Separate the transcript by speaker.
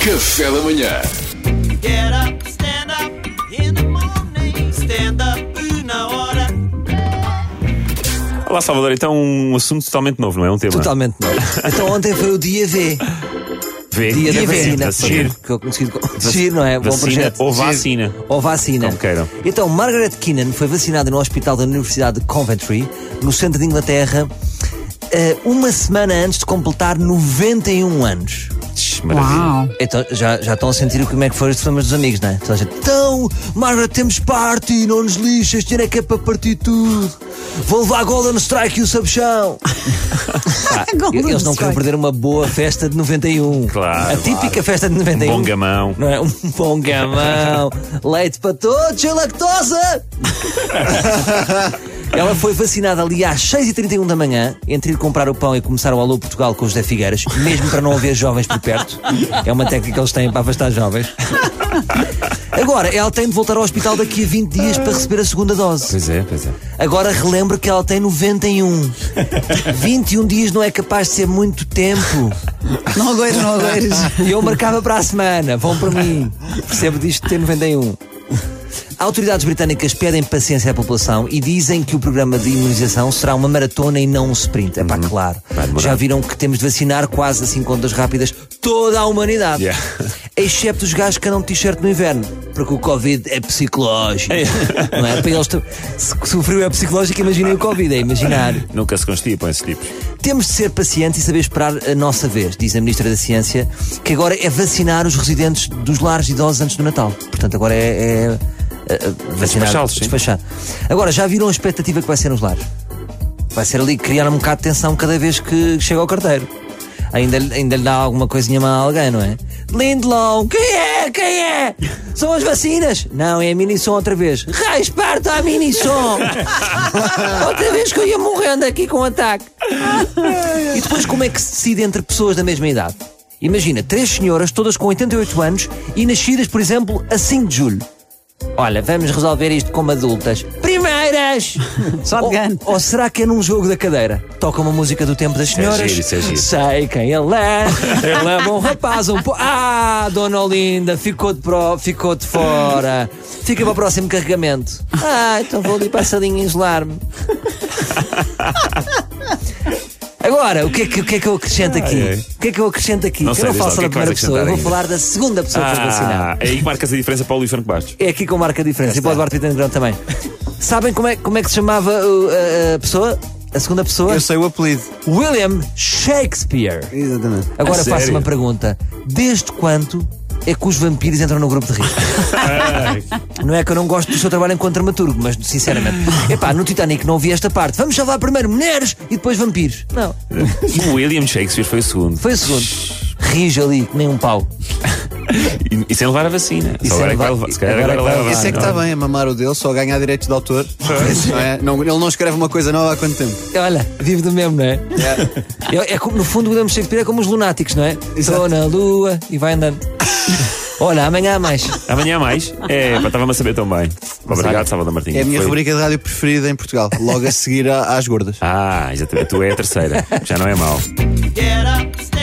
Speaker 1: Café da manhã.
Speaker 2: Get up, stand up in the morning. Stand up na hora.
Speaker 3: Olá, Salvador. Então, um assunto totalmente novo, não é? Um tema.
Speaker 4: Totalmente não. Então ontem foi o dia V,
Speaker 3: Vê,
Speaker 4: dia da vacina.
Speaker 3: Vacir.
Speaker 4: Que eu consegui Vacir, não é? Bom
Speaker 3: Vacina
Speaker 4: projeto.
Speaker 3: ou
Speaker 4: Giro.
Speaker 3: vacina.
Speaker 4: Ou vacina.
Speaker 3: Como queiram.
Speaker 4: Então, Margaret Keenan foi vacinada no hospital da Universidade de Coventry, no centro de Inglaterra, eh, uma semana antes de completar 91 anos.
Speaker 3: Tch, Maravilha.
Speaker 4: Então, já, já estão a sentir o como é que foram as famas dos amigos, não é? Toda a gente, então, Margaret, temos party, não nos lixas, este ano é que é para partir tudo. Vou levar a Golden Strike e o Sabichão. Pá,
Speaker 5: Golden
Speaker 4: eles não querem
Speaker 5: Strike.
Speaker 4: perder uma boa festa de 91.
Speaker 3: Claro,
Speaker 4: A típica festa de 91.
Speaker 3: Bom gamão.
Speaker 4: Não é? Um bom gamão. Leite para todos, sem lactosa. Ela foi vacinada ali às 6h31 da manhã, entre ir comprar o pão e começar o Alô Portugal com o José Figueiras, mesmo para não haver jovens por perto. É uma técnica que eles têm para afastar jovens. Agora, ela tem de voltar ao hospital daqui a 20 dias para receber a segunda dose.
Speaker 3: Pois é, pois é.
Speaker 4: Agora relembro que ela tem 91. 21 dias não é capaz de ser muito tempo.
Speaker 5: Não agueiro, não agueiras.
Speaker 4: E eu marcava para a semana, vão para mim. Percebo disto de ter 91. Autoridades britânicas pedem paciência à população e dizem que o programa de imunização será uma maratona e não um sprint. É pá, claro.
Speaker 3: Uhum. Vai demorar.
Speaker 4: Já viram que temos de vacinar quase assim contas rápidas toda a humanidade.
Speaker 3: Yeah.
Speaker 4: Excepto os gajos que andam de t-shirt no inverno. Porque o Covid é psicológico. não é? Para eles, to- se se o frio é psicológico, imaginem o Covid, é imaginar.
Speaker 3: Nunca se constipam esses tipos.
Speaker 4: Temos de ser pacientes e saber esperar a nossa vez, diz a Ministra da Ciência, que agora é vacinar os residentes dos lares de idosos antes do Natal. Portanto, agora é. é, é, vacinar.
Speaker 3: Despachá-los, sim.
Speaker 4: Despachar. Agora, já viram a expectativa que vai ser nos lares? Vai ser ali criar um bocado de tensão cada vez que chega ao carteiro. Ainda, lhe- ainda lhe dá alguma coisinha má a alguém, não é? Lindelon, quem é? Quem é? São as vacinas? Não, é a Minisson outra vez. Raios parta a Minisson! outra vez que eu ia morrendo aqui com um ataque. E depois como é que se decide entre pessoas da mesma idade? Imagina, três senhoras, todas com 88 anos e nascidas, por exemplo, a 5 de julho. Olha, vamos resolver isto como adultas. Primeiras!
Speaker 5: Só de
Speaker 4: ou,
Speaker 5: ganho.
Speaker 4: ou será que é num jogo da cadeira? Toca uma música do tempo das senhoras.
Speaker 3: giro, isso é giro.
Speaker 4: Sei quem ele é. Ele é bom rapaz. Um po... Ah, Dona Olinda, ficou de, pro... ficou de fora. Fica para o próximo carregamento. Ah, então vou ali passadinho isolar-me. Agora, o que é que, o que, é que eu acrescento aqui?
Speaker 3: Ai, ai.
Speaker 4: O que é que eu acrescento aqui?
Speaker 3: Não
Speaker 4: eu
Speaker 3: sei,
Speaker 4: não
Speaker 3: diz
Speaker 4: falo
Speaker 3: lá,
Speaker 4: só
Speaker 3: o que
Speaker 4: da
Speaker 3: é que
Speaker 4: primeira
Speaker 3: vais
Speaker 4: pessoa, eu vou
Speaker 3: acrescentar
Speaker 4: falar da segunda pessoa que foi vacinada.
Speaker 3: Ah, é aí que marcas a diferença para o Luís Franco Bastos.
Speaker 4: É aqui que eu marco a diferença. E para o Eduardo Pintando Grande também. Sabem como é, como é que se chamava uh, a, a pessoa? A segunda pessoa?
Speaker 6: Eu sei o apelido.
Speaker 4: William Shakespeare.
Speaker 6: Exatamente.
Speaker 4: Agora
Speaker 3: A
Speaker 4: faço
Speaker 3: sério?
Speaker 4: uma pergunta. Desde quando é que os vampiros entram no grupo de risco? não é que eu não gosto do seu trabalho enquanto dramaturgo, mas sinceramente. Epá, no Titanic não ouvi esta parte. Vamos salvar primeiro mulheres e depois vampiros. Não.
Speaker 3: O William Shakespeare foi o segundo.
Speaker 4: Foi o segundo. Rige ali, que nem um pau.
Speaker 3: E, e sem levar a vacina.
Speaker 4: E
Speaker 3: Só
Speaker 4: sem
Speaker 3: agora é que vai
Speaker 4: levar-
Speaker 3: levar. Se calhar
Speaker 4: agora
Speaker 3: agora
Speaker 4: é que vai
Speaker 3: leva a
Speaker 4: levar.
Speaker 6: Esse é que
Speaker 3: vacina.
Speaker 6: está bem, a mamar o dele, só a ganhar direitos de autor. Não é? Não- ele não escreve uma coisa nova há quanto tempo?
Speaker 4: Olha, vive do mesmo, não é? É, é como, no fundo, o William Shakespeare é como os lunáticos, não é? Estou na lua e vai andando. Olha, amanhã há mais.
Speaker 3: Amanhã há mais? É,
Speaker 4: Ah.
Speaker 3: pá, estava-me a saber tão bem. Obrigado, Salvador Martins.
Speaker 6: É a minha
Speaker 3: Foi-
Speaker 6: rubrica de rádio preferida em Portugal, logo a seguir à- às gordas.
Speaker 3: Ah, exatamente. Tu é a terceira. Já não é mau.
Speaker 2: Get up, stand